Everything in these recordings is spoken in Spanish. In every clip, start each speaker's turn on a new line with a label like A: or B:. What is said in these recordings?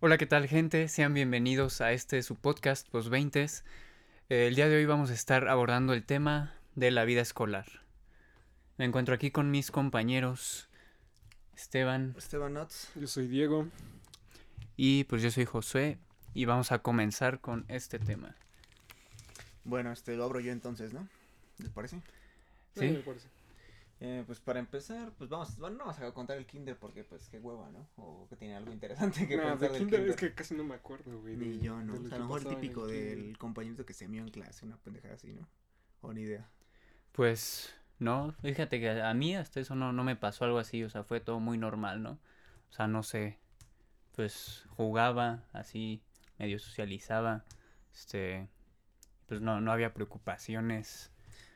A: Hola, ¿qué tal gente? Sean bienvenidos a este su podcast Post 20. El día de hoy vamos a estar abordando el tema de la vida escolar. Me encuentro aquí con mis compañeros Esteban
B: Esteban Nuts.
C: Yo soy Diego.
A: y pues yo soy Josué y vamos a comenzar con este tema.
B: Bueno, este lo abro yo entonces, ¿no? ¿Les parece?
A: Sí.
C: Eh, me parece.
B: Eh, pues para empezar, pues vamos, bueno, no vamos a contar el kinder porque pues qué hueva, ¿no? O que tiene algo interesante que
C: Nah, de
B: pensar del
C: kinder
B: kinder.
C: es que casi no me acuerdo, güey.
B: Ni yo, ¿no?
C: de
B: O sea, a
C: que
B: lo mejor el
C: pasaba en
B: típico
C: kinder.
B: del compañero que se mió en clase, una pendejada así, ¿no? O ni idea.
A: Pues no, fíjate que a mí hasta eso no, no me pasó algo así, o sea, fue todo muy normal, ¿no? O sea, no sé, pues jugaba así, medio socializaba, este, pues no, no había preocupaciones,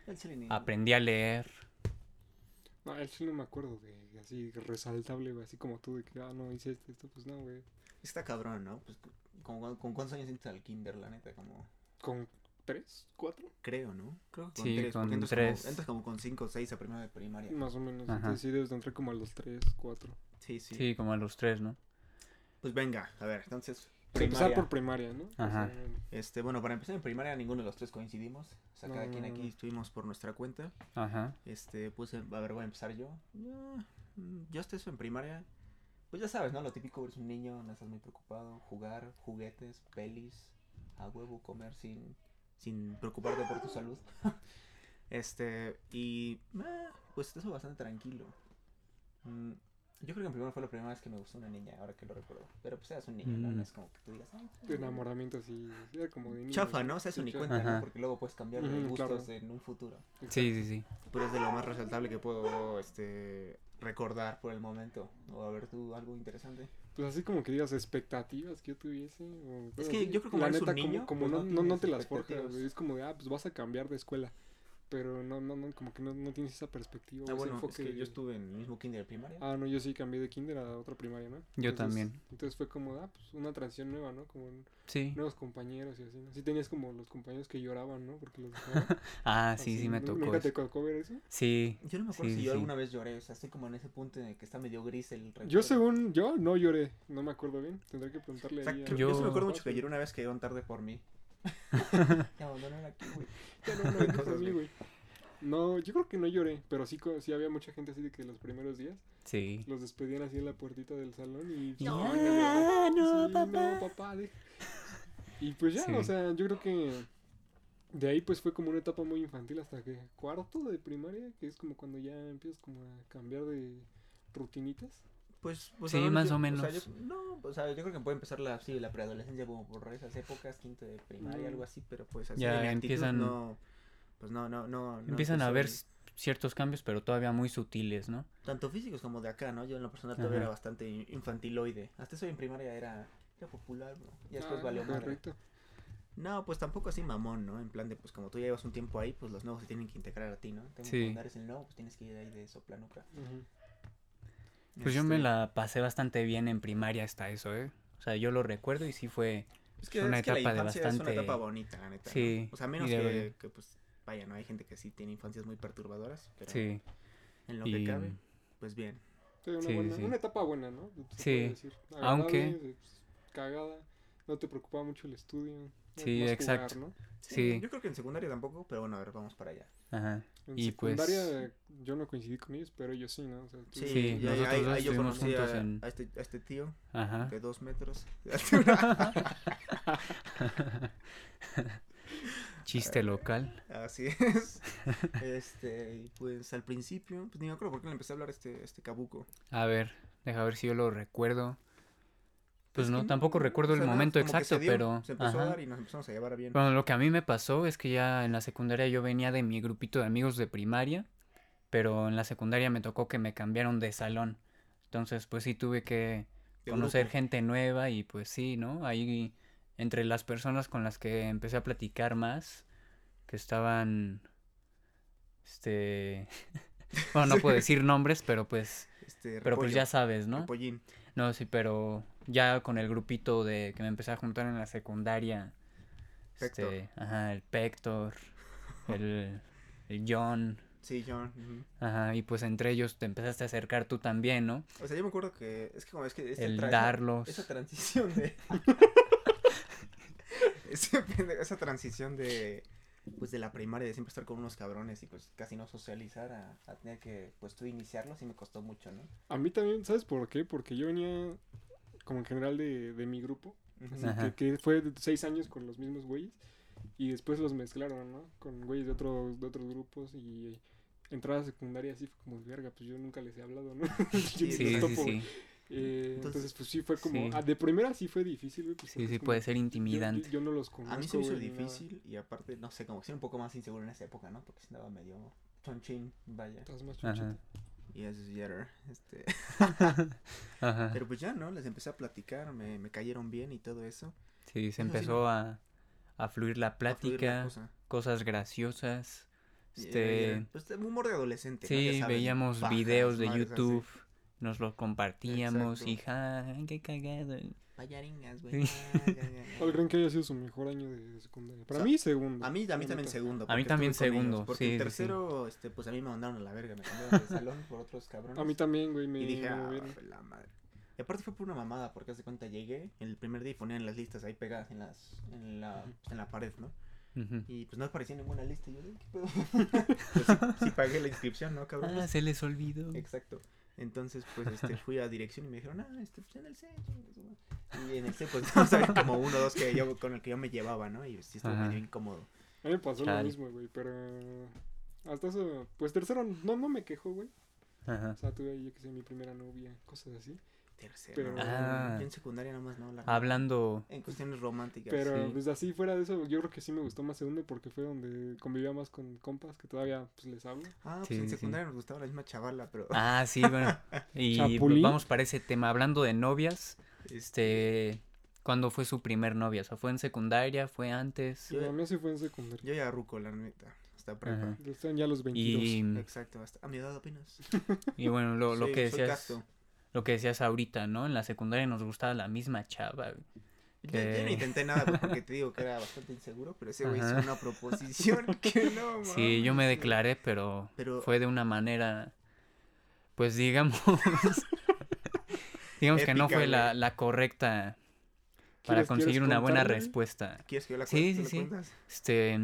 B: El chile ni-
A: aprendí a leer,
C: No, el chile no me acuerdo de así resaltable, güey. Así como tú, de que, ah, no, hice esto, esto, pues no, güey.
B: Está cabrón, ¿no? Pues ¿con, con- con cuántos años entras al kinder, la neta, como
C: Con tres, cuatro,
B: creo, ¿no? Creo que con
A: Sí,
B: tres, porque
A: con
B: entras
A: tres.
B: Como, entras como con cinco o seis a primero de primaria.
C: más o menos.
A: Ajá.
C: Entonces sí debes de entrar como a los tres, cuatro.
B: Sí, sí,
A: sí, como a los tres, ¿no?
B: Pues venga, a ver, entonces.
C: O sea, empezar
B: primaria.
C: por primaria, ¿no? O sea,
A: Ajá.
B: Este, bueno, para empezar en primaria ninguno de los tres coincidimos. O sea,
C: No,
B: cada quien
C: no, no.
B: aquí estuvimos por nuestra cuenta.
A: Ajá,
B: Este, pues, em, a ver, voy a empezar yo. Ah, mm, Yo hasta eso en primaria. Pues ya sabes, ¿no? Lo típico, eres un niño, no estás muy preocupado. Jugar, juguetes, pelis, a huevo, comer sin, sin preocuparte por tu salud. este, y ah, pues eso bastante tranquilo. Mm, Yo creo que en primaria fue la primera vez que me gustó una niña, ahora que lo recuerdo. Pero pues eras un niño, ¿no?
A: Mm.
B: No es como que tú digas, "Ay,
C: de enamoramiento así, era como de niños,
B: chafa, ¿no? O sea, eso
C: Sí,
B: ni
C: chafa.
B: cuenta, ¿no?
A: Ajá.
B: Porque luego puedes cambiar de
C: Ujú,
B: gustos
C: claro.
B: en un futuro.
A: sí, sí, sí.
B: Pero es de lo más resaltable que puedo este, recordar por el momento. O a ver tú, algo interesante.
C: Pues así como que digas expectativas que yo tuviese. o cosas
B: que
C: así.
B: yo creo que como
C: La
B: eres un
C: neta,
B: niño,
C: como, como
B: pues, no
C: no, no, no
B: tienes
C: te las forjas,
B: expectativas.
C: güey. Es como de, ah, pues vas a cambiar de escuela. Pero no, no, no, como que no, no tienes esa perspectiva.
B: Ah,
C: o ese
B: bueno, es
C: enfoque
B: que yo
C: de-
B: estuve en el mismo kinder de primaria.
C: Ah, no, yo sí cambié de kinder a otra primaria, ¿no?
A: Yo también.
C: Entonces fue como, ah, pues una transición nueva, ¿no? Como n-
A: Sí.
C: nuevos compañeros y así, ¿no? Sí tenías como los compañeros que lloraban, ¿no? Porque los dejaban.
A: Ah, sí,
C: así,
A: sí me
C: ¿nu-
A: tocó.
C: ¿Nunca te
A: eso.
C: tocó ver eso?
A: Sí,
B: Yo no me acuerdo
A: Sí,
B: si yo
A: sí.
B: alguna vez lloré. O sea, estoy como en ese punto en el que está medio gris el recuerdo.
C: Yo según yo no lloré, no me acuerdo bien, tendré que preguntarle
B: O sea,
C: ahí a-
B: creo- yo, sí
A: Yo-
B: me acuerdo mucho que lloré una vez que llegaron tarde por mí. Te abandonaron aquí, güey.
C: Ya no, no, no,
B: Cosas,
C: por mí,
B: güey.
C: güey. No, yo creo que no lloré, pero sí, co- sí había mucha gente así de que los primeros días
A: sí.
C: los despedían así en la puertita del salón y...
A: No, Ah,
C: Sí, lloraba.
A: no,
C: Sí,
A: papá.
C: No, papá, deja. Y pues ya,
A: Sí.
C: o sea, yo creo que de ahí pues fue como una etapa muy infantil hasta que cuarto de primaria, que es como cuando ya empiezas como a cambiar de rutinitas.
B: Pues,
A: Sí,
B: ahora
A: más
B: yo-
A: o
B: sea,
A: menos.
B: yo- no, o sea, yo creo que puede empezar la, sí, la preadolescencia como por esas épocas, quinto de primaria,
C: Mm.
B: algo así, pero pues así
A: Ya
B: de mi actitud
A: empiezan-
B: no, pues no, no, no. no
A: Empiezan a
B: empezó
A: haber
B: ni-
A: c- ciertos cambios, pero todavía muy sutiles, ¿no?
B: tanto físicos como de acá, ¿no? Yo en la persona todavía
A: Ajá.
B: era bastante in- infantiloide. Hasta eso en primaria era, era popular, bro. Y después
C: Ah,
B: valió madre.
C: Correcto.
B: No, pues tampoco así mamón, ¿no? En plan de, pues como tú ya llevas un tiempo ahí, pues los nuevos se tienen que integrar a ti, ¿no? Tengo
A: Sí.
B: que andar es el nuevo, pues tienes que ir ahí de soplanuca.
C: Ujú.
A: Pues yo me
B: Este,
A: la pasé bastante bien en primaria hasta eso, ¿eh? O sea, yo lo recuerdo y sí fue...
B: Es que,
A: Es una
B: es que la
A: etapa de
B: infancia es
A: bastante-
B: una etapa bonita, la neta. ¿no?
A: Sí,
B: O sea, menos
A: y de
B: que,
A: verdad.
B: que, pues, vaya, ¿no? Hay gente que sí tiene infancias muy perturbadoras, pero
A: Sí.
B: en lo que
A: y-
B: cabe, pues bien.
C: Sí, una,
A: Sí,
C: buena,
A: sí.
C: una etapa buena, ¿no? Se
A: Sí,
C: puede decir.
A: aunque-
C: Agradable, de, pues, cagada, no te preocupaba mucho el estudio. no
A: Sí,
C: más
A: exacto.
C: jugar,
A: Sí.
B: Yo creo que en secundaria tampoco, pero bueno, a ver, vamos para allá.
A: Ajá.
C: ¿no? En
A: Y, pues-
C: secundaria yo no coincidí con ellos, pero ellos sí, ¿no? O sea, tú-
B: Sí,
A: Sí,
B: y ahí-
A: nosotros
B: ahí-
A: dos
B: ahí yo
A: estuvimos
B: conocí a,
A: juntos en- Ah.
B: a este, a este tío
A: Ajá.
B: de dos metros.
A: Chiste local.
B: Así es. Este, y pues al principio, pues ni me acuerdo por qué le empecé a hablar a este, a este cabuco.
A: A ver, deja ver si yo lo recuerdo. Pues
B: Es que
A: no, tampoco recuerdo
B: o sea,
A: el
B: nada,
A: momento
B: como que
A: exacto,
B: se dio,
A: pero...
B: Se empezó a
A: ajá.
B: dar y nos empezamos a llevar bien.
A: Bueno, lo que a mí me pasó es que ya en la secundaria yo venía de mi grupito de amigos de primaria, pero en la secundaria me tocó que me cambiaron de salón. Entonces, pues sí tuve que
B: de
A: conocer
B: grupo.
A: gente nueva y pues sí, ¿no? Ahí entre las personas con las que empecé a platicar más, que estaban, este, bueno, no puedo decir nombres, pero pues,
B: Este,
A: pero pues
B: repollo,
A: ya sabes, ¿no?
B: repollín.
A: No, sí, pero ya con el grupito de que me empecé a juntar en la secundaria,
B: Pector.
A: este, ajá, el Pector, el, el John,
B: Sí, John. ujú.
A: Ajá, y pues entre ellos te empezaste a acercar tú también, ¿no?
B: O sea, yo me acuerdo que. Es que como es que. este
A: el
B: tra-
A: darlos.
B: Esa transición de. Ese pende- esa transición de. Pues de la primaria, de siempre estar con unos cabrones y pues casi no socializar a, a tener que, pues tú iniciarlo, sí me costó mucho, ¿no?
C: A mí también, ¿sabes por qué? Porque yo venía como en general de, de mi grupo,
B: Ujú.
C: así
A: Ajá.
C: que, que fue de seis años con los mismos güeyes y después los mezclaron, ¿no? Con güeyes de otros, de otros grupos y entrada a secundaria así fue como, verga, pues yo nunca les he hablado, ¿no? Yo
B: Sí,
C: ni
A: Sí,
C: los
A: sí,
C: topo".
A: sí.
C: Eh, entonces,
B: Entonces,
C: pues sí fue como,
A: sí.
C: ah, de primera sí fue difícil, güey. pues,
A: Sí,
C: porque
A: sí,
C: es como,
A: puede ser
C: yo- yo-
A: intimidante.
C: Yo, no los conozco,
B: A mí se me hizo
C: güey, ni nada.
B: difícil y aparte, no sé, como que era un poco más inseguro en esa época, ¿no? Porque andaba medio chonchín, vaya.
C: Estás más
A: Ajá.
C: chonchito.
B: Y eso es yetter, este.
A: Ajá.
B: Pero pues ya, ¿no? Les empecé a platicar, me, me cayeron bien y todo eso.
A: Sí, se
B: Eso sí.
A: empezó a, a fluir la
B: a fluir la
A: plática,
B: cosa.
A: cosas graciosas.
B: Y-
A: Este,
B: y- Pues un humor de adolescente. ¿no? Ya
A: sí,
B: sabes,
A: veíamos
B: pajas,
A: videos de
B: madres así.
A: YouTube, nos los compartíamos y
B: Exacto.
A: ja, qué cagado.
B: Payaringas, güey.
A: Sí.
B: Ah, ya, ya, ya.
C: ¿Cuál creen que haya sido su mejor año de, de secundaria? Para
B: O sea,
C: mí, segundo.
B: A mí, a mí
C: la
B: también
C: neta.
B: segundo.
A: A
B: porque
A: mí también
B: estuve con
A: segundo, sí,
B: porque en
A: sí, sí.
B: tercero, este, pues a mí me mandaron a la verga. Me mandaron del salón por otros cabrones.
C: A mí también, güey, me,
B: Y dije,
C: me
B: ah,
C: movieron.
B: la madre. Y aparte fue por una mamada, porque hace cuenta llegué, el primer día y ponían las listas ahí pegadas en las en la, pues, en la pared, ¿no?
A: Ujú.
B: Y pues no aparecía ninguna lista. Y yo, "Ay, ¿qué pedo? Pues, sí, sí pagué la inscripción, ¿no, cabrón?
A: Ah, se les olvidó.
B: Exacto. Entonces, pues, este, fui a dirección y me dijeron, ah, este, pues, en el C. chingue su madre". Y en el C, pues, no sabía como uno o dos que yo, con el que yo me llevaba, ¿no? Y pues, sí estuvo
A: Ajá.
B: medio incómodo.
C: A mí me pasó
A: Chale.
C: lo mismo, güey, pero... Hasta eso, pues tercero, no, no me quejo, güey.
A: Ajá.
C: O sea, tuve ahí, yo que sé, mi primera novia, cosas así.
B: Tercero.
C: Pero-
B: ¿no?
A: Ah.
B: Yo en secundaria nomás no la
A: Hablando,
B: En cuestiones románticas.
C: Pero,
A: sí.
C: pues así fuera de eso, yo creo que sí me gustó más segundo porque fue donde convivía más con compas que todavía, pues, les hablo.
B: Ah, pues
A: Sí, sí.
B: en secundaria nos gustaba la misma chavala, pero...
A: ah, sí, bueno, y
C: Chapulín.
A: vamos para ese tema, hablando de novias, este, ¿cuándo fue su primer novia? O sea, ¿fue en secundaria? ¿Fue antes?
B: Yo-
C: Pero a mí sí fue en secundaria.
B: Yo ya ruco, la neta. Hasta prepa.
A: Ajá.
C: Ya Están ya los 22.
A: Y,
B: Exacto, hasta... A mi edad apenas.
A: y bueno, lo, lo
B: Soy-
A: que
B: soy
A: decías...
B: casto.
A: lo que decías ahorita, ¿no? En la secundaria nos gustaba la misma chava. güey.
B: Yo, yo no
A: que-
B: intenté nada güey, porque te digo que era bastante inseguro, pero ese güey hizo
A: Ajá.
B: una proposición que no, mames.
A: Sí, yo me declaré, pero
B: Pero
A: fue de una manera, pues digamos, digamos que no
B: Épica,
A: fue la,
B: güey.
A: la correcta para
C: ¿Quieres-
A: conseguir
C: quieres
A: una buena
C: contarme?
A: respuesta.
B: ¿Quieres que yo la
A: Sí,
B: cuente?
A: sí,
B: ¿Tú la
A: sí.
B: cuentas?
A: Este,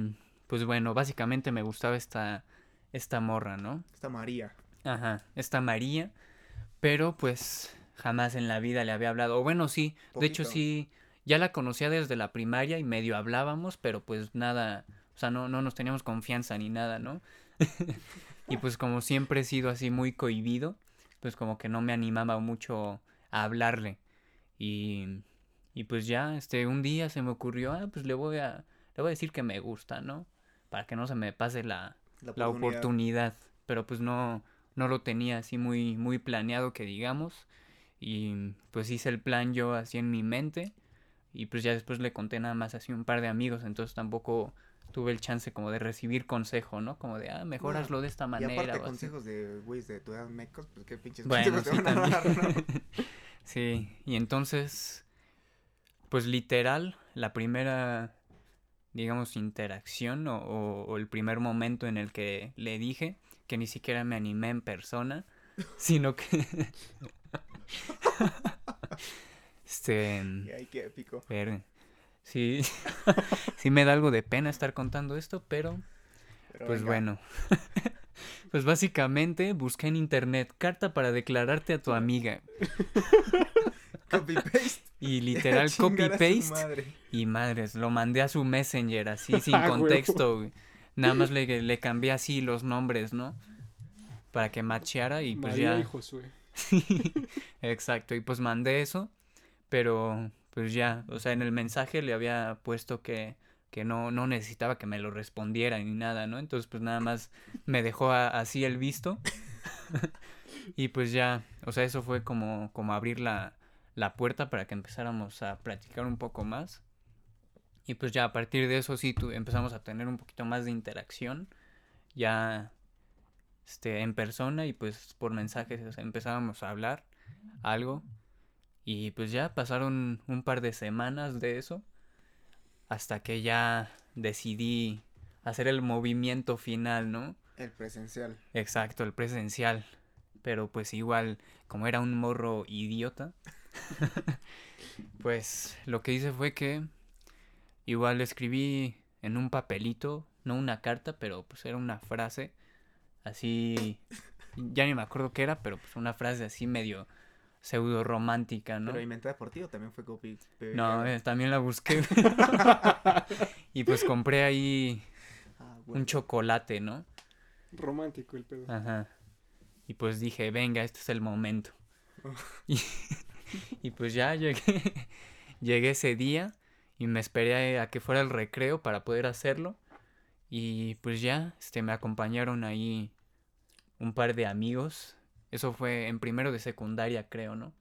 A: pues bueno, básicamente me gustaba esta, esta morra, ¿no?
B: Está María.
A: Ajá, esta María, pero pues jamás en la vida le había hablado. O bueno, sí, de hecho
B: Poquito.
A: sí, ya la conocía desde la primaria y medio hablábamos, pero pues nada, o sea, no, no nos teníamos confianza ni nada, ¿no? y pues como siempre he sido así muy cohibido, pues como que no me animaba mucho a hablarle. Y, y pues ya, este, un día se me ocurrió, ah, pues le voy a, le voy a decir que me gusta, ¿no? Para que no se me pase la, la oportunidad, pero pues no, no lo tenía así muy, muy planeado que digamos. Y pues hice el plan yo así en mi mente y pues ya después le conté nada más así a un par de amigos, entonces tampoco tuve el chance como de recibir consejo, ¿no? Como de, ah, mejor
B: No,
A: hazlo de esta
B: Y
A: manera.
B: aparte
A: o así.
B: consejos de güeyes de tu edad mecos, pues qué pinches
A: Bueno,
B: consejos
A: sí,
B: te van a dar, ¿no?
A: también. sí, y entonces, pues literal, la primera, digamos, interacción o, o- o el primer momento en el que le dije que ni siquiera me animé en persona, sino que... este...
B: Y Ay, qué épico.
A: ver, sí, sí me da algo de pena estar contando esto, pero
B: Pero
A: pues
B: venga,
A: bueno. pues básicamente busqué en internet carta para declararte a tu amiga.
B: Copy paste.
A: Y literal copy
B: Chingar a su
A: paste.
B: madre.
A: Y madres, lo mandé a su messenger así sin
C: Ah, huevo.
A: contexto, güey. Nada más le, le cambié así los nombres, ¿no? Para que macheara y pues
C: María
A: ya.
C: y Josué.
A: Exacto, y pues mandé eso, pero pues ya, o sea, en el mensaje le había puesto que, que no, no necesitaba que me lo respondiera ni nada, ¿no? Entonces pues nada más me dejó a- así el visto y pues ya, o sea, eso fue como, como abrir la, la puerta para que empezáramos a platicar un poco más. Y pues ya a partir de eso sí tu- empezamos a tener un poquito más de interacción, ya este, en persona y pues por mensajes o sea, empezábamos a hablar algo. Y pues ya pasaron un par de semanas de eso. Hasta que ya decidí hacer el movimiento final, ¿no?
B: El presencial.
A: Exacto, el presencial. Pero pues igual, como era un morro idiota, pues lo que hice fue que igual escribí en un papelito, no una carta, pero pues era una frase así, ya ni me acuerdo qué era, pero pues una frase así medio pseudo romántica, ¿no?
B: ¿Pero inventada por ti o también fue copy? pe- ah,
A: No, eh, también la busqué. y pues compré ahí
B: Ah, güey.
A: un chocolate, ¿no?
C: Romántico el pedo.
A: Ajá. Y pues dije, venga, este es el momento. Y, y pues ya llegué, llegué ese día y me esperé a, a que fuera el recreo para poder hacerlo. Y pues ya, este, me acompañaron ahí un par de amigos. Eso fue en primero de secundaria, creo, ¿no?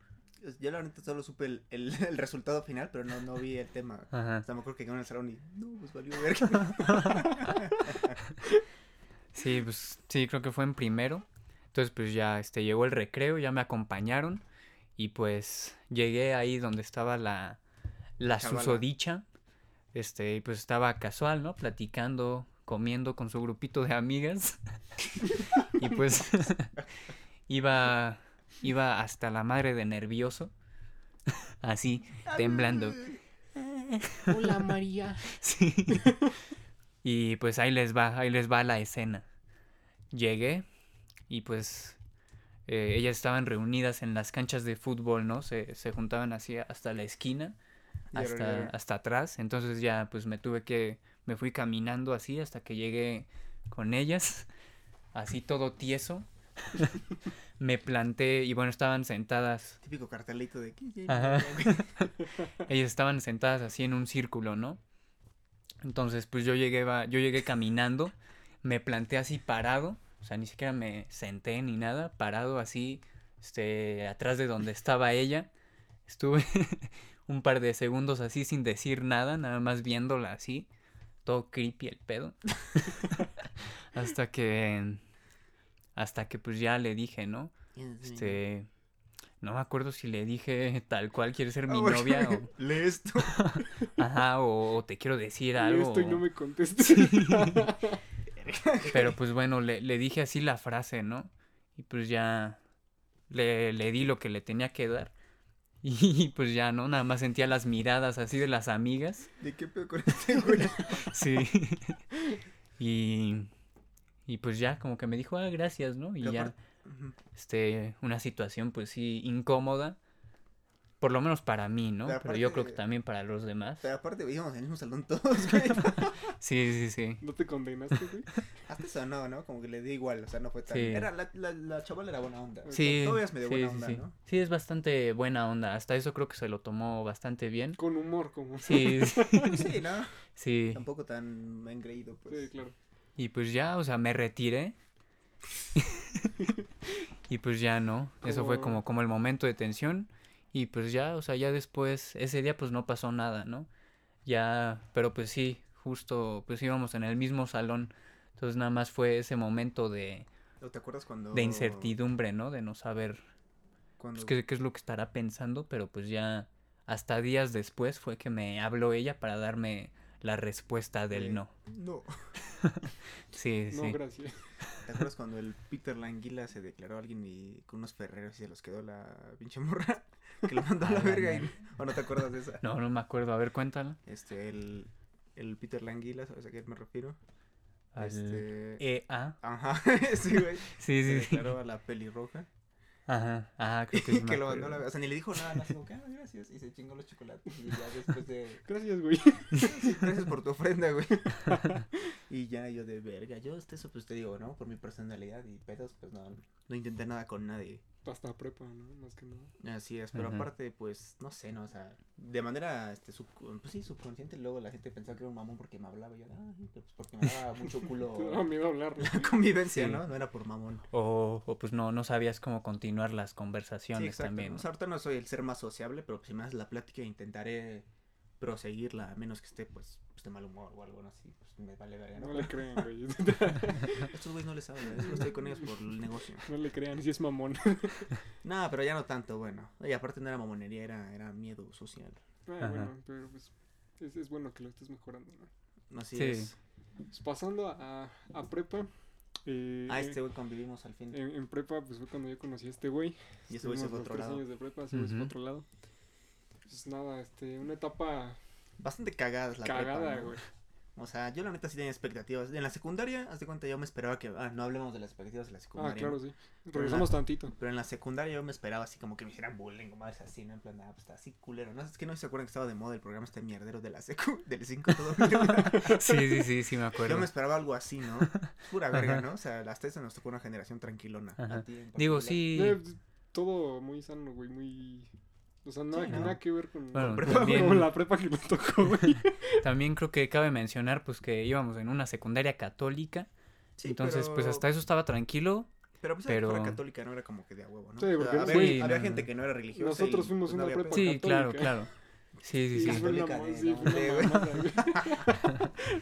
B: Yo la neta solo supe el, el- el resultado final, pero no, no vi el tema.
A: Ajá.
B: Hasta me acuerdo que quedó en el salón y... No, pues valió verga.
A: Sí, pues sí, creo que fue en primero. Entonces, pues ya este, llegó el recreo, ya me acompañaron y pues llegué ahí donde estaba la, la
B: Chavala.
A: susodicha. Este, y pues estaba casual, ¿no? Platicando, comiendo con su grupito de amigas. y pues iba, iba hasta la madre de nervioso. Así, temblando.
C: Hola María.
A: Sí. y pues ahí les va, ahí les va la escena. Llegué y pues eh, ellas estaban reunidas en las canchas de fútbol, ¿no? Se, se juntaban así hasta la esquina,
B: Ya, ya,
A: hasta,
B: ya.
A: hasta atrás. Entonces ya pues me tuve que, me fui caminando así hasta que llegué con ellas, así todo tieso. me planté y bueno, estaban sentadas
B: Típico cartelito de... "¿Qué- qué-
A: Ajá.
B: qué- qué-".
A: ellas estaban sentadas así en un círculo, ¿no? Entonces, pues yo llegué, va- yo llegué caminando, me planté así parado, o sea, ni siquiera me senté ni nada, parado así, este, atrás de donde estaba ella. Estuve un par de segundos así sin decir nada, nada más viéndola así, todo creepy el pedo. hasta que, hasta que pues ya le dije, ¿no? Este, no me acuerdo si le dije tal cual quieres ser
B: Ah,
A: mi
B: güey.
A: novia o...
B: Lee esto.
A: Ajá, o, o te quiero decir
C: Yo
A: algo.
C: estoy no
A: o-
C: me contesté.
A: Pero pues bueno, le, le dije así la frase, ¿no? Y pues ya le, le di lo que le tenía que dar. Y pues ya, ¿no? Nada más sentía las miradas así de las amigas.
B: ¿De qué pedo con este güey?
A: Sí. Y, y pues ya, como que me dijo, ah, gracias, ¿no? Y
B: Pero
A: ya,
B: aparte- Ujú.
A: este, una situación pues sí incómoda. Por lo menos para mí, ¿no?
B: Pero
A: Pero yo creo que
B: aparte-
A: también para los demás.
B: Pero aparte, güey, íbamos en el mismo salón todos, güey.
A: Sí, sí, sí.
C: ¿No te condenaste, güey?
B: Hasta eso no, ¿no? Como que le di igual, o sea, no fue tan...
A: Sí.
B: Era, la, la, la chavala era buena onda.
A: Sí,
B: Todavía es medio
A: sí,
B: buena
A: sí,
B: onda,
A: sí.
B: ¿no?
A: Sí, es bastante buena onda. Hasta eso creo que se lo tomó bastante bien.
C: Con humor, como.
A: Sí,
B: Sí, ¿no?
A: sí.
B: Tampoco tan engreído, pues.
C: Sí, claro.
A: Y pues ya, o sea, me retiré. y pues ya no. Eso fue
C: Como-
A: como, como el momento de tensión. Y pues ya, o sea, ya después, ese día pues no pasó nada, ¿no? Ya, pero pues sí, justo, pues íbamos en el mismo salón. Entonces nada más fue ese momento de,
B: ¿O te acuerdas cuando...
A: de incertidumbre, ¿no? De no saber
B: Cuando...
A: pues, qué, qué es lo que estará pensando, pero pues ya hasta días después fue que me habló ella para darme la respuesta
B: Eh,
A: del no.
B: No.
A: Sí,
C: No,
A: sí.
C: gracias.
B: ¿Te acuerdas cuando el Peter Languila se declaró a alguien y con unos ferreros y se los quedó la pinche morra? Que lo mandó a la
A: Ah,
B: verga
A: no.
B: y... ¿O no te acuerdas de esa?
A: No, no me acuerdo. A ver, cuéntala.
B: Este, el... El Peter Languila, ¿sabes a qué me refiero?
A: Al
B: Este...
A: EA.
B: Ajá, sí, güey.
A: Sí, sí,
B: Se
A: sí.
B: declaró a la pelirroja.
A: Ajá. Ah, creo que sí
B: Y
A: me
B: que lo mandó a
A: acuerdo.
B: la... O sea, ni le dijo nada, más como que, ah, gracias. Y se chingó los chocolates. Y ya después de...
C: Gracias, güey.
B: Gracias por tu ofrenda, güey. y ya yo de verga. Yo hasta eso pues te digo, ¿no? Por mi personalidad y pedos, pues no, no intenté nada con nadie.
C: Hasta prepa, ¿no? Más que nada.
B: Así es, pero
A: Ujú.
B: aparte, pues, no sé, ¿no? O sea, de manera, este, sub- pues sí, subconsciente, luego la gente pensaba que era un mamón porque me hablaba. Y yo, ah, pues porque me daba mucho
C: Te daba
B: culo
C: miedo hablar, ¿no?
B: la convivencia,
A: Sí.
B: ¿no? No era por mamón.
A: O, o pues no, no sabías cómo continuar las
B: Sí,
A: conversaciones
B: exacto.
A: también.
B: ¿no? O sea, ahorita no soy el ser más sociable, pero pues, si me das la plática intentaré proseguirla, a menos que esté, pues, pues, de mal humor o algo ¿no? así. Pues me vale verga, ¿no?
C: No le crean, güey.
B: Estos güeyes no les saben, ¿eh? Solo estoy con ellos por el negocio.
C: No le crean, si es mamón.
B: No, pero ya no tanto, bueno. Y aparte no era mamonería, era, era miedo social.
C: Ah,
A: Ajá.
C: bueno, pero pues es, es bueno que lo estés mejorando, ¿no?
B: Así
A: Sí.
B: es.
C: Pues pasando a, a prepa, Eh,
B: Ah, este güey convivimos al fin.
C: en, en prepa, pues fue cuando yo conocí a este güey.
B: y ese güey se fue
C: Estuvimos
B: a
C: los
B: otro
C: tres
B: lado.
C: años de prepa, ese güey se fue a
A: Ujú.
C: otro lado. Pues nada, este, una etapa
B: Bastante cagadas la prepa,
C: cagada,
B: ¿no?
C: güey.
B: O sea, yo la neta sí tenía expectativas. En la secundaria, haz de cuenta, yo me esperaba que. Ah, no hablemos de las expectativas de la
C: Ah,
B: secundaria.
C: claro,
B: ¿no?
C: sí. Regresamos tantito.
B: Pero en la secundaria yo me esperaba así como que me hicieran bullying o madres así, ¿no? En plan, ah, pues está así culero. No es que no se acuerdan que estaba de moda el programa este mierdero de la secu, del 5 todo mierda.
A: Sí, sí, sí, sí, me acuerdo.
B: Yo me esperaba algo así, ¿no? Pura verga, ¿no? O sea, hasta eso nos tocó una generación tranquilona.
A: Ajá.
B: A ti en
A: Digo,
B: particular.
A: sí.
C: Eh, pues, todo muy sano, güey, muy... O sea, nada,
B: Sí, ¿no?
C: nada que ver con,
A: Bueno,
C: con
A: también-
C: la prepa que me tocó, güey.
A: También creo que cabe mencionar pues que íbamos en una secundaria católica.
B: Sí,
A: entonces, pues
B: pero-
A: hasta eso estaba tranquilo.
B: Pero a pesar de que fuera
A: pero-
B: católica, no era como que de a huevo, ¿no?
C: Sí,
B: O sea,
C: porque-
B: había,
A: Sí,
B: había
A: no,
B: gente
A: no.
B: que no era religiosa. y,
C: Nosotros
B: pues,
C: fuimos
B: no
C: una
B: había
C: prepa
B: pedo.
A: Sí, claro,
C: católica.
A: claro. Sí, sí,
C: Y
A: sí.
C: fue una
B: Católica
C: ma-
B: de
C: sí, fue
B: nombre,
C: una
B: güey.
C: mamada, güey.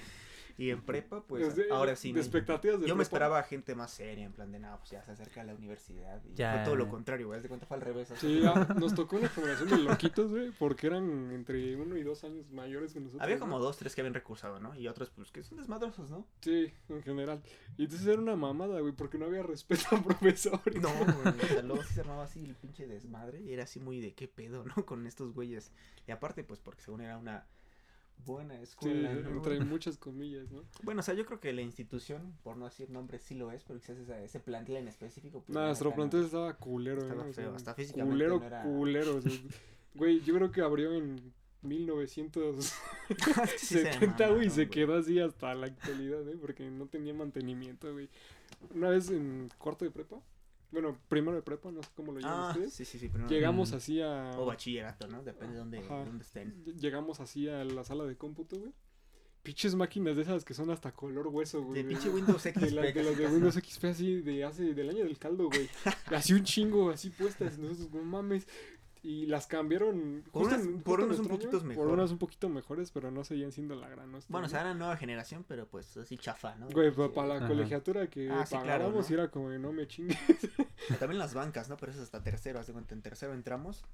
B: Y en prepa, pues
C: Desde-
B: ahora sí.
C: De
B: ¿no?
C: expectativas de
B: Yo
C: prepa.
B: me esperaba gente más seria, en plan de nada, pues ya se acerca a la universidad. Y
A: Ya.
B: fue todo lo contrario, güey. haz de cuenta fue al revés. haz de
C: Sí,
B: cuenta.
C: ah, nos tocó una generación de loquitos, güey, porque eran entre uno y dos años mayores que nosotros.
B: Había
C: ¿no?
B: como dos, tres que habían recursado, ¿no? Y otros, pues que son desmadrosos, ¿no?
C: Sí, en general. Y entonces era una mamada, güey, porque no había respeto a profesores.
B: No, güey. o sea, luego sí se armaba así el pinche desmadre. Y era así muy de qué pedo, ¿no? Con estos güeyes. Y aparte, pues porque según era una buena
C: Sí,
B: escuela. ¿no?
C: entre muchas comillas, ¿no?
B: Bueno, o sea, yo creo que la institución, por no decir nombre, sí lo es, pero quizás esa- ese plantel en específico. pues, la
C: Nada, Ah, nuestro
B: neta, no.
C: plantel estaba culero,
B: Estaba
C: ¿no? O sea,
B: feo, hasta físicamente
C: Culero,
B: no era-
C: culero. o sea, güey, yo creo que abrió en
B: Es que sí se
C: 1970, güey, y se
B: mamaron,
C: quedó así hasta la actualidad, ¿eh? Porque no tenía mantenimiento, güey. Una vez en cuarto de prepa, bueno, primero de prepa, no sé cómo lo llaman
B: Ah, Oh,
C: ustedes.
B: sí, sí, sí, pero no.
C: Llegamos
A: Mm.
C: así a.
B: O bachillerato, ¿no? Depende de dónde,
C: Ajá.
B: dónde estén.
C: Llegamos así a la sala de cómputo, güey. Pinches máquinas de esas que son hasta color hueso, güey.
B: De pinche Windows
C: De
B: XP.
C: la- de las de Windows XP así de hace del año del caldo, güey. Así un chingo, así puestas, nosotros no mames. Y las cambiaron
B: Por
C: justo
B: unas- por
C: en- justo en
B: unas un
C: nuestro año,
B: poquitos
C: Por
B: mejor.
C: unas un poquito mejores, pero no seguían siendo la gran hostia.
B: Bueno, o
C: ¿no?
B: sea, era nueva generación, pero pues así chafa, ¿no?
C: Güey,
B: Sí.
C: pa- para la
A: Ajá.
C: colegiatura que
B: Ah, sí, claro,
C: pagábamos
B: ¿no?
C: era como de no me chingue.
B: O También las bancas, ¿no? Pero eso es hasta tercero. Haz de cuenta, en tercero entramos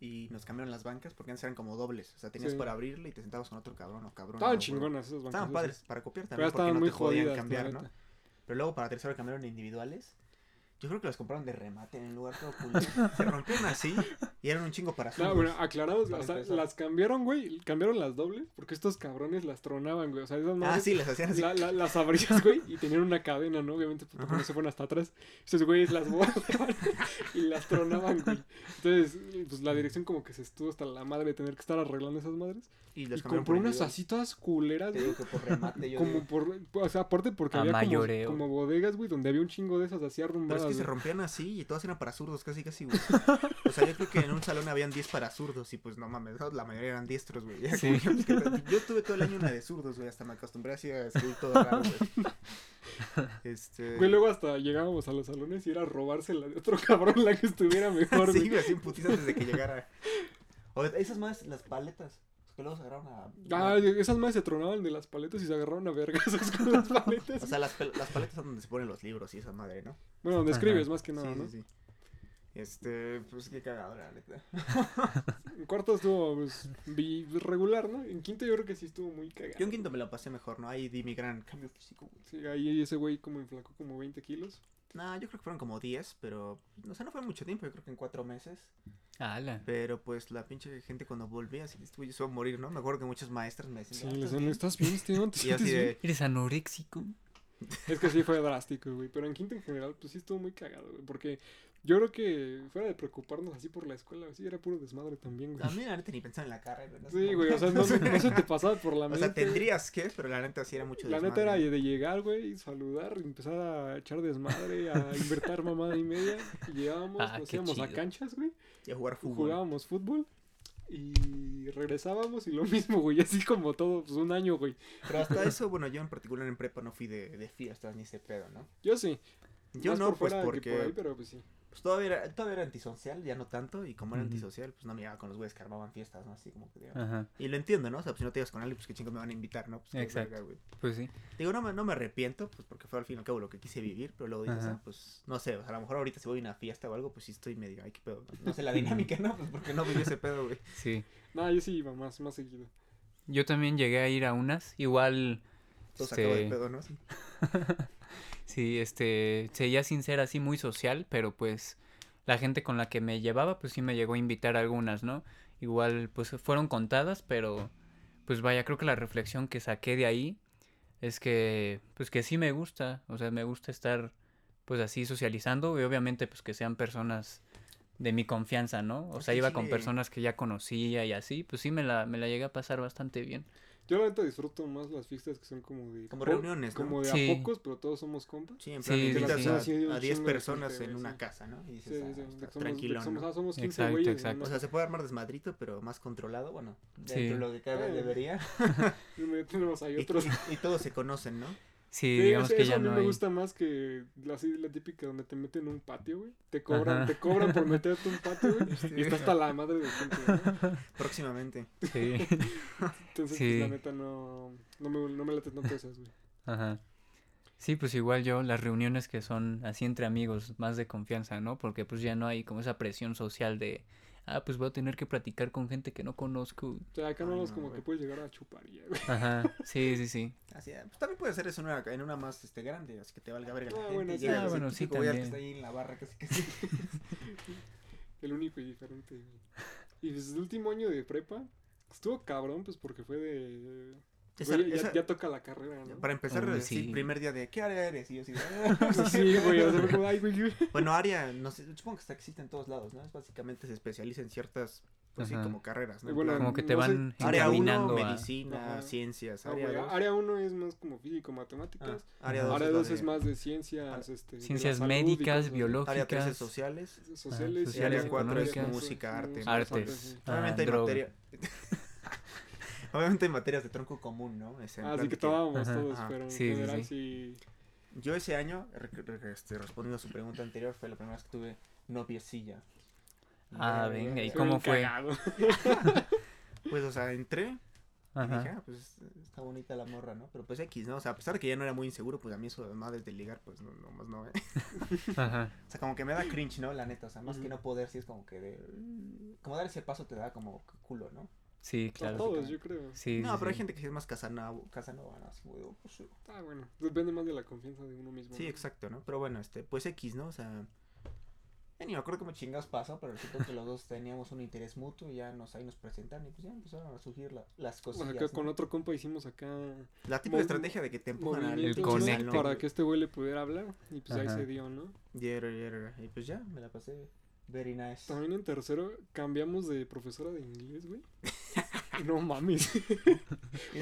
B: y nos cambiaron las bancas porque antes eran como dobles. O sea, tenías
C: Sí.
B: para abrirle y te sentabas con otro cabrón o cabrón.
C: Estaban chingonas esas bancas.
B: Estaban
C: esas.
B: padres para copiar
C: Pero
B: también porque
C: estaban
B: no
C: muy
B: te podían
C: jodidas. la
B: cambiar, ¿no?
C: neta.
B: Pero luego para tercero cambiaron a individuales. Yo creo que los compraron de remate en un lugar todo culero. Se rompieron así y eran un chingo para
C: No,
B: zurdos.
C: bueno, ah, aclarados,
B: Para
C: o sea,
B: empezar.
C: las cambiaron, güey, cambiaron las dobles, porque estos cabrones las tronaban, güey, o sea, esas
B: Ah,
C: madres
B: sí, les hacían así.
C: la- la- las abrías, güey, y tenían una cadena, ¿no? Obviamente, pues, porque no se fueron hasta atrás, estos güeyes las volaban y las tronaban, güey. Entonces, pues, la dirección como que se estuvo hasta la madre de tener que estar arreglando esas madres,
B: Y
C: y
B: los cambiaron por
C: compró unas
B: individuales.
C: así todas culeras,
B: Te
C: güey.
B: digo que por remate yo
C: Como
B: digo.
C: por, o sea, aparte porque
A: A
C: había como,
A: mayoreo.
C: como bodegas, güey, donde había un chingo de esas así
B: Pero
C: arrumbadas.
B: es que se
C: güey.
B: rompían así y todas eran para zurdos, casi, casi, güey. O sea, yo creo que en un salón habían 10 para zurdos y pues no mames, ¿no? la mayoría eran diestros, güey. Era como- pues, Yo tuve todo el año una de zurdos, güey, hasta me acostumbré así a escribir todo raro, güey. Este...
C: Güey, luego hasta llegábamos a los salones y era robársela de otro cabrón la que estuviera mejor,
B: sí,
C: güey.
B: güey, así en putiza desde que llegara. O esas más, las paletas. Que luego se agarraron a...
C: Ah, esas madres se tronaban de las paletas y se agarraron a vergas con las paletas.
B: O sea, las, pel- las paletas son donde se ponen los libros y esa madre, ¿no?
C: bueno, donde
A: Ajá.
C: escribes más que nada,
B: sí,
C: ¿no?
B: sí, sí. Este, pues qué cagadora, neta.
C: En cuarto estuvo pues, bi- regular, ¿no? En quinto yo creo que sí estuvo muy cagado.
B: Yo en quinto me la pasé mejor, ¿no? Ahí di mi gran cambio físico, güey.
C: Sí, ahí ese güey como inflacó como 20 kilos.
B: Nah, yo creo que fueron como 10, pero... O sea, no fue mucho tiempo, yo creo que en 4 meses.
A: Ala.
B: Pero pues la pinche gente cuando volvía, así, este güey se va a morir, ¿no? Me acuerdo que muchas maestras me
C: Sí,
B: decían... "Ah,
C: les
B: ¿estás
C: decían,
B: bien?".
C: ¿estás bien, Esteban? ¿Te
B: Y yo así
C: sientes
B: de...
A: ¿Eres anoréxico?
C: bien?" Es que sí fue drástico, güey. Pero en quinto en general, pues sí estuvo muy cagado, güey. Porque yo creo que fuera de preocuparnos así por la escuela, sí era puro desmadre también, güey.
B: A mí la neta ni pensaba en la carrera. ¿no?
C: Sí, güey, o sea, no, no se te pasaba por la
B: O
C: mente.
B: sea, tendrías que, pero la neta sí era mucho
C: La neta
B: desmadre,
C: era
B: ¿no?
C: de llegar, güey, saludar, empezar a echar desmadre, a invertir mamada y media. Y llegábamos,
A: Ah,
C: nos
A: qué
C: íbamos a
A: chido.
C: canchas, güey,
B: Y a jugar fútbol.
C: jugábamos fútbol. Y regresábamos y lo mismo, güey, así como todo, pues un año, güey.
B: Pero hasta eso, bueno, yo en particular en prepa no fui de, de fiestas ni ese pedo, ¿no?
C: Yo sí.
B: Yo
C: más
B: no,
C: por
B: pues
C: fuera que
B: porque
C: por ahí, pero pues sí.
B: pues, todavía, era, todavía era antisocial, ya no tanto, y como era
A: Ujú.
B: antisocial, pues no me llevaba con los güeyes que armaban fiestas, ¿no? Así como que digo.
A: Ajá.
B: Y lo entiendo, ¿no? O sea, pues si no te ibas con alguien, pues qué chingos me van a invitar, ¿no? Pues qué
A: Exacto.
B: verga, güey.
A: Pues sí.
B: Digo, no me, no me arrepiento, pues porque fue al fin y al cabo lo que quise vivir, pero luego dices,
A: Ajá.
B: ah, pues no sé, o sea, a lo mejor ahorita si voy a una fiesta o algo, pues sí estoy medio, ay, qué pedo. No, No sé la dinámica, ¿no? Pues porque no viví ese pedo, güey.
A: Sí.
C: Nada, yo sí iba más, más seguido.
A: Yo también llegué a ir a unas. Igual.
B: Todo sacado de
A: este,
B: pedo, ¿no? Sí.
A: Sí, este, seguía sin ser así muy social, pero pues la gente con la que me llevaba, pues sí me llegó a invitar a algunas, ¿no? Igual, pues fueron contadas, pero pues vaya, creo que la reflexión que saqué de ahí es que, pues que sí me gusta, o sea, me gusta estar, pues así socializando y obviamente, pues que sean personas de mi confianza, ¿no? O
B: Es
C: Pues
A: sea,
B: que
A: iba
B: sí
A: con
B: le-
A: personas que ya conocía y así, pues sí me la, me la llegué a pasar bastante bien.
C: Yo la neta disfruto más las fiestas que son como de...
B: Como
C: po-
B: reuniones, ¿no?
C: Como de
A: Sí.
C: a pocos, pero todos somos compas.
B: Sí, en
A: Sí,
B: plan,
A: sí,
B: invitas
A: sí.
B: a-
C: Sí, sí, un
B: a 10
C: chingo de
B: personas
C: gente,
B: en
C: güey,
B: una
C: sí.
B: casa, ¿no? Y
C: Sí,
B: dices,
C: sí,
B: ah,
C: sí,
B: está
C: que somos-
B: tranquilo,
C: que somos,
B: ¿no?
C: ah, somos 15
A: Exacto,
C: güeyes.
A: exacto.
B: O sea, se puede armar desmadrito, pero más controlado, bueno,
A: Sí.
B: dentro de lo que cabe
C: Eh.
B: debería.
C: Y me- tenemos ahí
B: Y,
C: otros.
B: y- y todos se conocen, ¿no?
A: Sí,
C: Sí,
A: digamos
C: eso-
A: que
C: eso
A: ya
C: a mí
A: no
C: me
A: hay...
C: gusta más que la, así, la típica donde te meten un patio, güey. Te cobran,
A: Ajá.
C: te cobran por meterte un patio, güey. Y está hasta la madre de gente, ¿no?
B: Este, Próximamente.
A: Sí.
C: Entonces,
A: Sí.
C: pues, la neta, no, no, me, no me late tanto esas, güey.
A: Ajá. Sí, pues igual yo, las reuniones que son así entre amigos, más de confianza, ¿no? Porque pues ya no hay como esa presión social de, ah, pues voy a tener que platicar con gente que no conozco.
C: O sea, acá
B: Ay,
C: no es
B: no,
C: como
B: güey.
C: que puedes llegar a chupar ya, güey.
A: Ajá, sí, sí, sí.
B: Así, ah, pues también puede ser eso en una, en una más este, grande, así que te valga verga la
C: Ah,
B: gente.
C: bueno,
B: y
C: sí.
B: llegas
C: Ah,
B: así,
A: bueno, sí,
B: típico güey al que
A: también.
B: está ahí en la barra, casi que sí.
C: El único y diferente, güey. Y pues el último año de prepa estuvo cabrón, pues porque fue de.
B: Esa-
C: güey, ya,
B: esa-
C: ya toca la carrera, ¿no?
B: Para empezar, eh,
A: Uy,
B: sí,
A: sí.
B: primer día de, ¿qué área eres? Y yo así, de, "Ah,
C: Sí, güey, o sea, fue como, ay, güey, yo-
B: Bueno, área, no sé, supongo que está, existe en todos lados, ¿no? Es básicamente se especializa en ciertas, pues
A: Ajá.
B: sí, como carreras, ¿no?
C: Y
B: En
C: bueno,
B: plan,
A: Como que te
C: No sé,
A: van
B: área 1,
A: encaminando a...
B: medicina,
C: Ajá.
B: ciencias,
C: Ah,
B: área
C: güey,
B: 2.
C: área 1 es más como físico, matemáticas.
B: área Ah, 2
C: Área 2 es más de ciencias, este, de la
A: Ciencias
C: salud y
A: médicas,
C: cosas así.
B: Área 3 es
A: biológicas,
B: sociales.
C: sociales,
A: Ah,
B: y área
A: sociales,
B: 4 es
A: económicas,
B: música, arte.
C: sí,
A: artes, ah,
B: Obviamente hay
A: droga.
B: materia... Obviamente hay materias de tronco común, ¿no? Es en
C: Ah,
B: plan
C: Así que
B: que-
C: tomábamos
A: Ajá.
C: todos,
B: Ajá.
C: pero en
A: Sí, sí,
C: general
A: sí.
C: sí.
B: Yo ese año, re- re- este, respondiendo a su pregunta anterior, fue la primera vez que tuve noviecilla.
A: Ah,
B: Eh,
A: venga, ¿y
C: Fue
A: cómo
C: bien
A: fue?
C: cagado.
B: Pues, o sea, entré Y dije,
A: Ajá.
B: ah, pues está bonita la morra, ¿no? Pero pues X, ¿no? O sea, a pesar de que ya no era muy inseguro, pues a mí eso de madres de ligar, pues no, no más no, ¿eh?
A: Ajá.
B: O sea, como que me da cringe, ¿no? La neta, o sea, más
C: Ujú.
B: que no poder, sí es como que de... Como dar ese paso te da como c- culo, ¿no?
A: Sí,
C: A
A: claro.
C: todos, yo creo.
A: Sí,
B: no,
A: sí,
B: pero hay
A: sí.
B: gente que sí es más casanova, casanova ¿no? Así como de, "Oh, pues, sí".
C: Ah, bueno. Depende más de la confianza de uno mismo.
B: Sí,
C: ¿no?
B: exacto, ¿no? Pero bueno, este, pues X, ¿no? O sea... Ya ni me acuerdo cómo chingas pasó, pero resulta que los dos teníamos un interés mutuo y ya nos, ahí nos presentaron y pues ya empezaron a surgir la- las
C: O sea,
B: cosillas.
C: acá con
B: ¿no?
C: otro compa hicimos acá
B: La típica
C: movi-
B: estrategia de que te empujan al
A: El
C: movimientos
B: pinche
A: connect.
B: salón.
C: para que este güey le pudiera hablar y pues ahí
A: Ajá.
C: se dio, ¿no?
B: Yeah, yeah, yeah. Y pues ya, me la pasé very nice.
C: También en tercero cambiamos de profesora de inglés, güey. No mames.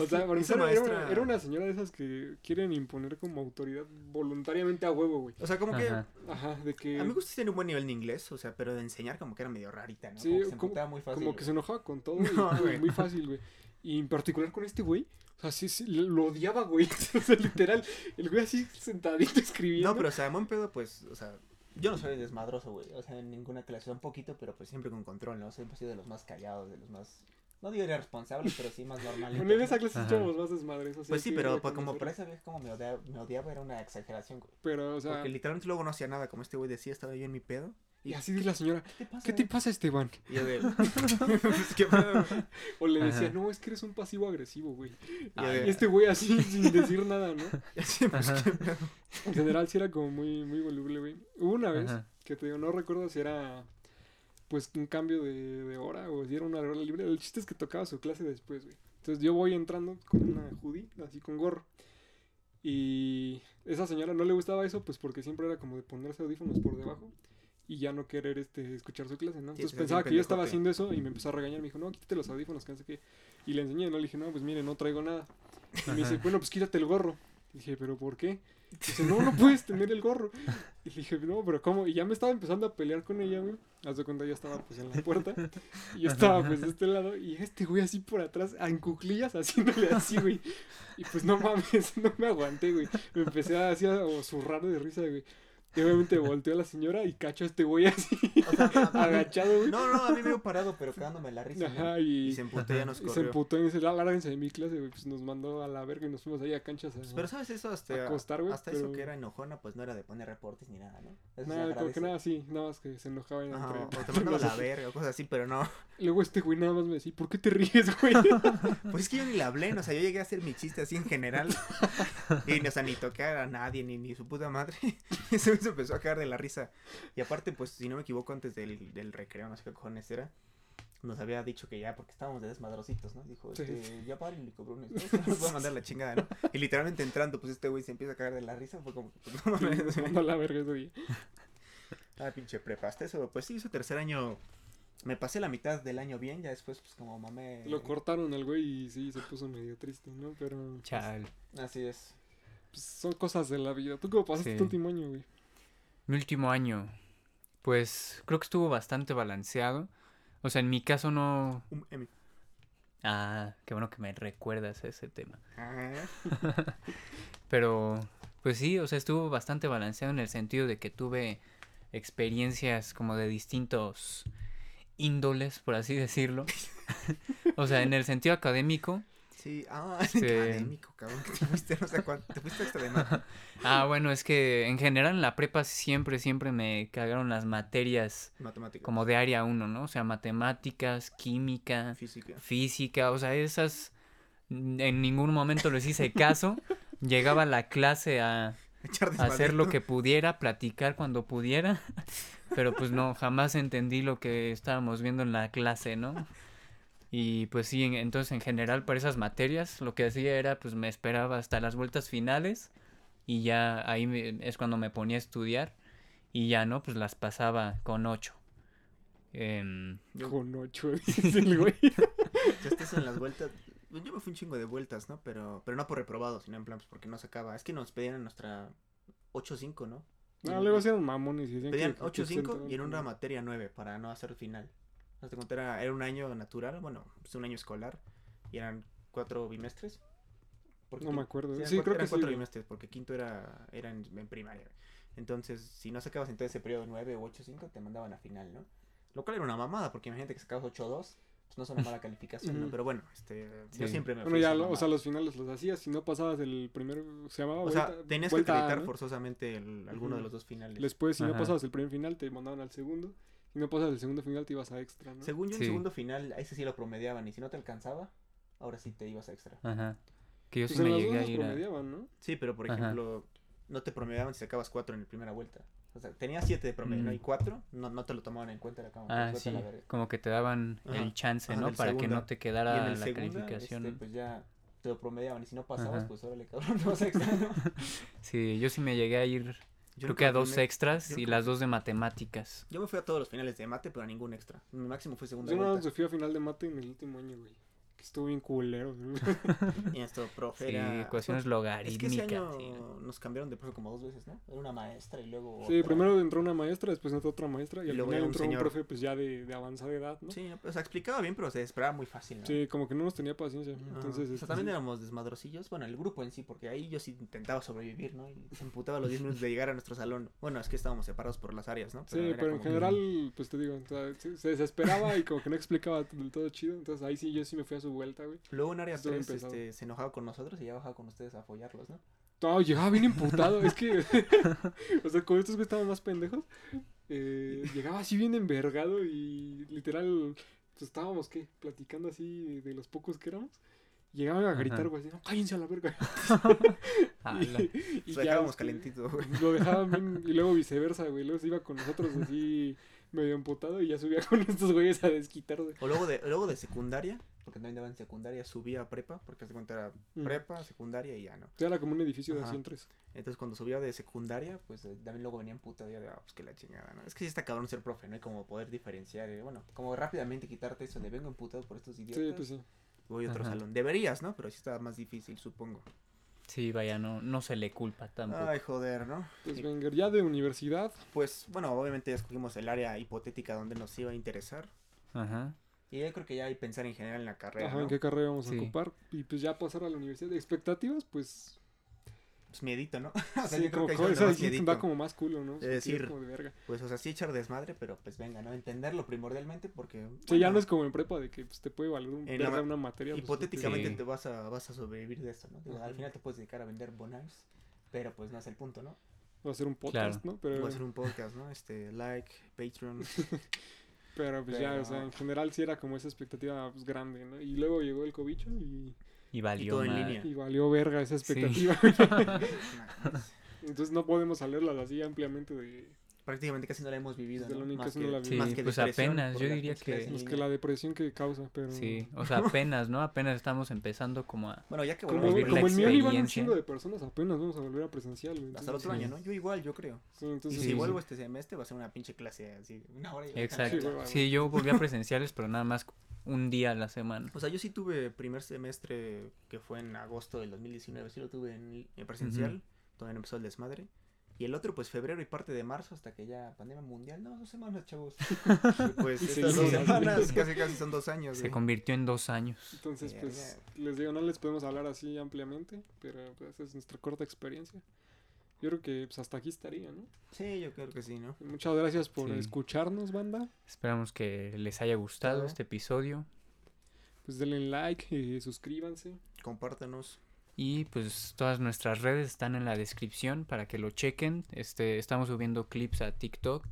C: O sea, para
B: esa
C: empezar, era,
B: maestra...
C: una, era una señora de esas que quieren imponer como autoridad voluntariamente a huevo, güey.
B: O sea, como que...
A: Ajá.
C: Ajá, de que...
B: A mí me gusta tener un buen nivel de inglés, o sea, pero de enseñar como que era medio rarita, ¿no?
C: Sí,
B: como que se
C: como-
B: emputaba muy fácil.
C: Como que se
B: güey.
C: enojaba con todo,
B: No,
C: y,
B: güey.
C: muy fácil, güey. Y en particular con este güey, o sea, sí, sí, lo odiaba, güey. O sea, literal, el güey así sentadito escribiendo.
B: No, pero o sea, en buen pedo, pues, o sea... Yo no soy desmadroso, güey. O sea, en ninguna clase, un poquito, pero pues siempre con control, ¿no? Siempre he sido de los más callados, de los más... No digo irresponsables, pero sí más normalitos.
C: Bueno, en
B: ¿no?
C: esa clase
A: Ajá.
C: echábamos más desmadres. así
B: Pues sí,
C: que
B: pero pa-
C: reconocer.
B: como para esa vez como me odiaba, me odiaba era una exageración, güey.
C: Pero, o sea,
B: Porque literalmente luego no hacía nada, como este güey decía, estaba yo en mi pedo.
C: y así dice la señora,
B: ¿Qué te pasa?
C: ¿qué te pasa, Esteban?
B: Y yo de... pues, ¿Qué pedo?
C: O le decía,
A: Ajá.
C: no, es que eres un pasivo agresivo, güey.
B: Y yo
C: Y
B: de...
C: este güey así, sin decir nada, ¿no?
B: Sí, pues,
A: Ajá.
B: ¿qué pedo?
C: En general sí era como muy, muy voluble, güey. Hubo una vez
A: Ajá.
C: que te digo, no recuerdo si era pues un cambio de, de hora o si era una hora libre. El chiste es que tocaba su clase después, güey. Entonces yo voy entrando con una hoodie, así con gorro. Y esa señora no le gustaba eso, pues porque siempre era como de ponerse audífonos por debajo y ya no querer este, escuchar su clase, ¿no?
B: Sí,
C: Entonces
B: pues,
C: pensaba
B: bien
C: que yo estaba
B: pendejote.
C: haciendo eso y me empezó a regañar. Me dijo, no, quítate los audífonos, que no sé qué. Y le enseñé, no, le dije, no, pues mire, no traigo nada. Y me dice,
A: Ajá.
C: bueno, pues quítate el gorro. Y dije, ¿pero por qué? Dice, no, no puedes tener el gorro. Y le dije, no, pero ¿cómo? Y ya me estaba empezando a pelear con ella, güey. Haz de cuenta, ya estaba pues en la puerta. Y yo estaba pues de este lado. Y este güey así por atrás, en cuclillas, haciéndole así, güey. Y pues no mames, no me aguanté, güey. Me empecé a, así a zurrar de risa, güey. Y obviamente volteó a la señora y cachó a este güey así,
B: O sea, a- a-
C: agachado, güey.
B: No, no, a mí me veo parado, pero cagándome la risa. güey.
C: Ajá, y,
B: Y se emputó y ya nos
C: y se
B: corrió.
C: emputó y dice, "Ah, lárguense de mi clase, güey. Pues nos mandó a la verga y nos fuimos ahí a canchas. a-
B: Pues, pero sabes eso hasta,
C: Acostar, güey,
B: hasta eso
C: pero-
B: que era enojona, pues no era de poner reportes ni nada, ¿no? Eso se
C: Nada, como que
B: agradece.
C: nada así, nada más que se enojaba
B: Ajá,
C: entre-
B: o te
C: entre
B: mandaba a la
C: nosotros.
B: verga o cosas así, pero no.
C: Luego este güey nada más me decía, ¿por qué te ríes, güey?
B: Pues es que yo ni la hablé, no, o sea, yo llegué a hacer mi chiste así en general. Y, o sea, ni toqué a nadie, ni, ni su puta madre. Y ese güey se empezó a cagar de la risa. Y aparte, pues, si no me equivoco, antes del, del recreo, no sé qué cojones era, nos había dicho que ya, porque estábamos de desmadrositos, ¿no? Dijo,
C: Sí.
B: este, ya paren, cabrones, ¿no? Se nos va a mandar la chingada, ¿no? Y literalmente entrando, pues, este güey se empieza a cagar de la risa, fue como... que, pues, no
C: Y
B: mames.
C: nos mandó a la verga ese día.
B: Ah, pinche prepa, hasta eso, pues sí, su tercer año... Me pasé la mitad del año bien, ya después, pues, como mamé...
C: Lo cortaron al güey y sí, se puso medio triste, ¿no? Pero
A: Chal.
B: Así es.
C: pues, son cosas de la vida. ¿Tú cómo pasaste
A: Sí.
C: tu último año, güey?
A: Mi último año, pues creo que estuvo bastante balanceado. O sea, en mi caso no...
C: um,
B: Un
C: em,
B: Emmy.
A: Ah, qué bueno que me recuerdas ese tema.
B: Ah.
A: Pero, pues sí, o sea, estuvo bastante balanceado en el sentido de que tuve experiencias como de distintos índoles, por así decirlo. o sea, en el sentido académico.
B: Sí, ah,
A: Este-
B: académico, cabrón, que te fuiste, no sé cuánto, te fuiste hasta de más.
A: Ah, bueno, es que en general en la prepa siempre, siempre me cagaron las materias
B: Matemática.
A: como de área 1, ¿no? O sea, matemáticas, química,
B: Física.
A: física, o sea, esas mm, en ningún momento les hice caso. Llegaba a la clase a
B: Echar desmadre,
A: hacer lo
B: ¿no?
A: que pudiera, platicar cuando pudiera, pero pues no, jamás entendí lo que estábamos viendo en la clase, ¿no? Y pues sí, en- entonces en general para esas materias lo que hacía era pues me esperaba hasta las vueltas finales y ya ahí me- es cuando me ponía a estudiar y ya no, pues las pasaba con ocho. Em,
B: Yo-
C: Con ocho, dice el güey.
B: Ya estás en las vueltas. Yo me fui un chingo de vueltas, ¿no? Pero, pero no por reprobado, sino en plan, pues porque no sacaba. Es que nos pedían nuestra 8-5, ¿no?
C: No, Ah, luego hacían mamones y decían que-
B: Pedían
C: que- que
B: 8-5
C: sentaban
B: y en una
C: como-
B: materia 9 para no hacer final. No te conté, era, era un año natural, bueno, pues un año escolar y eran cuatro bimestres. Porque
C: No
B: tú-
C: me acuerdo.
B: eran
C: Sí,
B: cuatro-
C: creo
B: eran
C: que sí.
B: cuatro
C: güey.
B: bimestres, porque quinto era, era en, en primaria. Entonces, si no sacabas entonces ese periodo 9 o 8-5, te mandaban a final, ¿no? Lo cual era una mamada, porque imagínate que sacabas 8-2, pues no es una mala calificación, ¿no?
C: Ujú.
B: Pero bueno, este, yo
A: Sí.
B: siempre me
C: Mm. Bueno,
B: fui a
C: ya,
B: esa
C: lo- o sea,
B: mamada.
C: los finales los hacías. Si no pasabas el primer, se llamaba
B: O sea,
C: vuelta-
B: tenías que
C: vuelta A,
B: acreditar
C: ¿no?
B: forzosamente el- alguno de
C: Ujú.
B: los dos finales.
C: Después, si no
A: Ajá.
C: pasabas el primer final, te mandaban al segundo. Si no pasabas el segundo final, te ibas a extra, ¿no?
B: Según yo,
A: Sí.
B: el segundo final, a ese sí lo promediaban, y si no te alcanzaba, ahora sí te ibas a extra.
A: ajá. Que yo
C: Pues
A: sí
C: en
A: me
C: las
A: llegué
C: dos
A: a
C: nos
A: ir a-
C: promediaban, ¿no?
B: Sí, pero por
A: Ajá.
B: ejemplo, no te promediaban si sacabas 4 en la primera vuelta. O sea, tenías 7 de promedio, ¿no?
A: Mm.
B: Y 4, no, no te lo tomaban en cuenta, era como,
A: Ah,
B: pues,
A: sí,
B: vete a la verga.
A: como que te daban
B: Ajá,
A: el chance,
B: ajá,
A: ¿no?
B: del
A: Para que
B: segundo.
A: no te
B: Y
A: quedara
B: en el
A: la
B: segundo,
A: calificación.
B: este,
A: ¿no?
B: pues ya te lo promediaban. Y si no pasabas,
A: Ajá.
B: pues órale, cabrón, te vas a extra, ¿no?
A: Sí, yo sí me llegué a ir, creo que a dos extras
B: yo
A: y
B: nunca
A: las dos de matemáticas.
B: Yo me fui a todos los finales de mate, pero a ningún extra. Mi máximo fue segunda
C: Yo no
B: vuelta.
C: se fui a final de mate en el último año, güey. Que estuvo bien culero, güey.
B: Y nuestro profe
A: Sí,
B: era...
A: ecuaciones
B: Es que ese
A: logarítmicas.
B: año
A: sí, ¿no?
B: nos cambiaron de profe como dos veces, ¿no? Era una maestra y luego
C: Sí,
B: otra.
C: primero entró una maestra, después entró otra maestra y,
B: Y
C: al
B: luego
C: final
B: ya un
C: entró un
B: señor.
C: profe pues ya de, de avanzada edad, ¿no? Sí.
B: Sí, o sea, explicaba bien, pero se esperaba muy fácil, ¿no?
C: como que no nos tenía paciencia.
B: Ajá.
C: Entonces,
B: Ah, o
C: este,
B: sea, también
C: sí.
B: éramos desmadrosillos, bueno, el grupo en sí, porque ahí yo sí intentaba sobrevivir, ¿no? Y se emputaba los 10 minutos de llegar a nuestro salón. Bueno, es que estábamos separados por las áreas, ¿no?
C: Sí,
B: era
C: pero en
B: como que-
C: general, pues te digo, o sea, se, se desesperaba y como que no explicaba del todo chido. Entonces ahí sí, yo sí me fui a su vuelta, güey.
B: Luego en área
C: Estuvo
B: 3
C: bien pesado.
B: este, se enojaba con nosotros y ya bajaba con ustedes a apoyarlos, ¿no?
C: No, llegaba bien imputado. es que, o sea, como estos que estaban más pendejos, eh, llegaba así bien envergado y literal, pues estábamos, ¿qué? Platicando así de los pocos que éramos. Llegaba a
A: Ajá.
C: gritar, güey, así, no, cállense a la verga.
A: Ala.
C: y
B: Lo dejábamos
C: este,
B: calentito, güey.
C: Lo dejaban bien, y luego viceversa, güey. Luego se iba con nosotros así medio emputado y ya subía con estos güeyes a desquitar, güey.
B: O luego de, luego de secundaria, porque también daba en secundaria, subía a prepa, porque se cuenta era
C: Mm.
B: prepa, secundaria y ya no.
C: O sea, era como un edificio de
B: Ajá.
C: así en tres.
B: Entonces cuando subía de secundaria, pues eh, también luego venían puta de, ah, pues que la chingada, ¿no? Es que sí está cabrón ser profe, ¿no? Y como poder diferenciar, eh, bueno, como rápidamente quitarte eso de vengo emputado por estos idiotas.
C: Sí, pues sí.
B: Voy a otro
A: Ajá.
B: salón. Deberías, ¿no? Pero sí estaba más difícil, supongo.
A: Sí, vaya, no, no se le culpa tampoco.
B: Ay, joder, ¿no?
C: Pues venga, ya de universidad.
B: Pues, bueno, obviamente ya escogimos el área hipotética donde nos iba a interesar.
A: Ajá.
B: Y ya creo que ya hay que pensar en general en la carrera,
C: Ajá,
B: ¿no?
C: en qué carrera íbamos
A: Sí.
C: a ocupar. Y pues ya pasar a la universidad. Expectativas, pues.
B: pues miedito, ¿no? o sea,
C: sí,
B: yo creo
C: como
B: que ahí es
C: co-
B: donde
C: esa
B: más
C: sí
B: miedito.
C: va como más culo, ¿no?
B: Es decir,
C: como de verga.
B: Pues, o sea, sí echar desmadre, pero pues venga, ¿no? Entenderlo primordialmente porque...
C: Sí, ya
B: bueno,
C: no es como en prepa de que pues, te puede valer un,
B: en la
C: verga
B: ma-
C: una materia. pues,
B: Hipotéticamente
A: Sí.
B: te vas a, vas a sobrevivir de esto, ¿no? Digo, al
C: Ujú.
B: final te puedes dedicar a vender bonars, pero pues no es el punto, ¿no?
C: Va a ser un podcast, ¿no? Pero,
B: Puedes hacer un podcast, ¿no? Este, like, Patreon.
C: pero pues ya, o sea,
B: pero-
C: en general sí era como esa expectativa pues, grande, ¿no? Y luego llegó el cobicho y,
A: Y valió
B: todo en
A: madre.
B: línea.
C: y valió verga esa
A: Sí.
C: expectativa.
B: Nah,
C: Entonces no podemos hablarlas así ampliamente de...
B: prácticamente casi no la hemos vivido,
C: Es de
B: ¿no?
C: lo único
B: Más
C: que no la vi.
A: Sí,
B: más que
A: pues
B: depresión
A: apenas,
B: por
A: yo
B: las
A: diría
B: consecuencias
A: que-
B: en
C: Pues que
B: línea.
C: la depresión que causa, pero...
A: Sí,
B: Mm.
A: o sea, apenas, ¿no? Apenas estamos empezando como a...
B: Bueno, ya que
C: Como,
A: Vamos a
B: volvemos
A: vivir
C: como
A: la
C: en mi iban un
A: experiencia.
C: chingo de personas, apenas vamos a volver a presencial. güey,
B: hasta el otro
C: entonces-
B: año, ¿no? Yo igual, yo creo.
C: Sí, entonces...
B: y si
A: sí.
B: vuelvo este semestre va a ser una pinche clase así, una hora y
A: Exacto.
C: Sí, güey,
A: Sí, yo volví a presenciales, pero nada más un día a la semana.
B: O sea, yo sí tuve primer semestre que fue en agosto del 2019, sí lo tuve en, en presencial, todavía no empezó el desmadre. Y el otro, pues febrero y parte de marzo, hasta que ya pandemia mundial. No, dos semanas, chavos. Y, pues
C: Y
B: estas dos
C: seguimos.
B: semanas casi casi son dos años.
A: Se
B: güey.
A: convirtió en dos años.
C: Entonces,
B: Verga.
C: pues, les digo, no les podemos hablar así ampliamente, pero pues, esa es nuestra corta experiencia. Yo creo que pues, hasta aquí estaría, ¿no?
B: Sí, yo creo que sí, ¿no?
C: Y Muchas gracias por
A: Sí.
C: escucharnos, banda.
A: Esperamos que les haya gustado
B: Claro.
A: este episodio.
C: Pues denle like, eh, suscríbanse.
B: Compártanos.
A: Y pues todas nuestras redes están en la descripción para que lo chequen. Este, estamos subiendo clips a TikTok.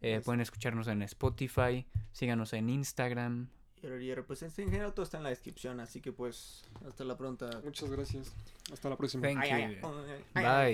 A: Eh,
B: Yes.
A: Pueden escucharnos en Spotify. Síganos en Instagram.
B: Y, y, pues en general todo está en la descripción, así que pues hasta la pronta.
C: Muchas gracias. Hasta la próxima.
A: Thank
B: Ay, ay,
A: you.
B: ay, ay, ay.
A: Bye.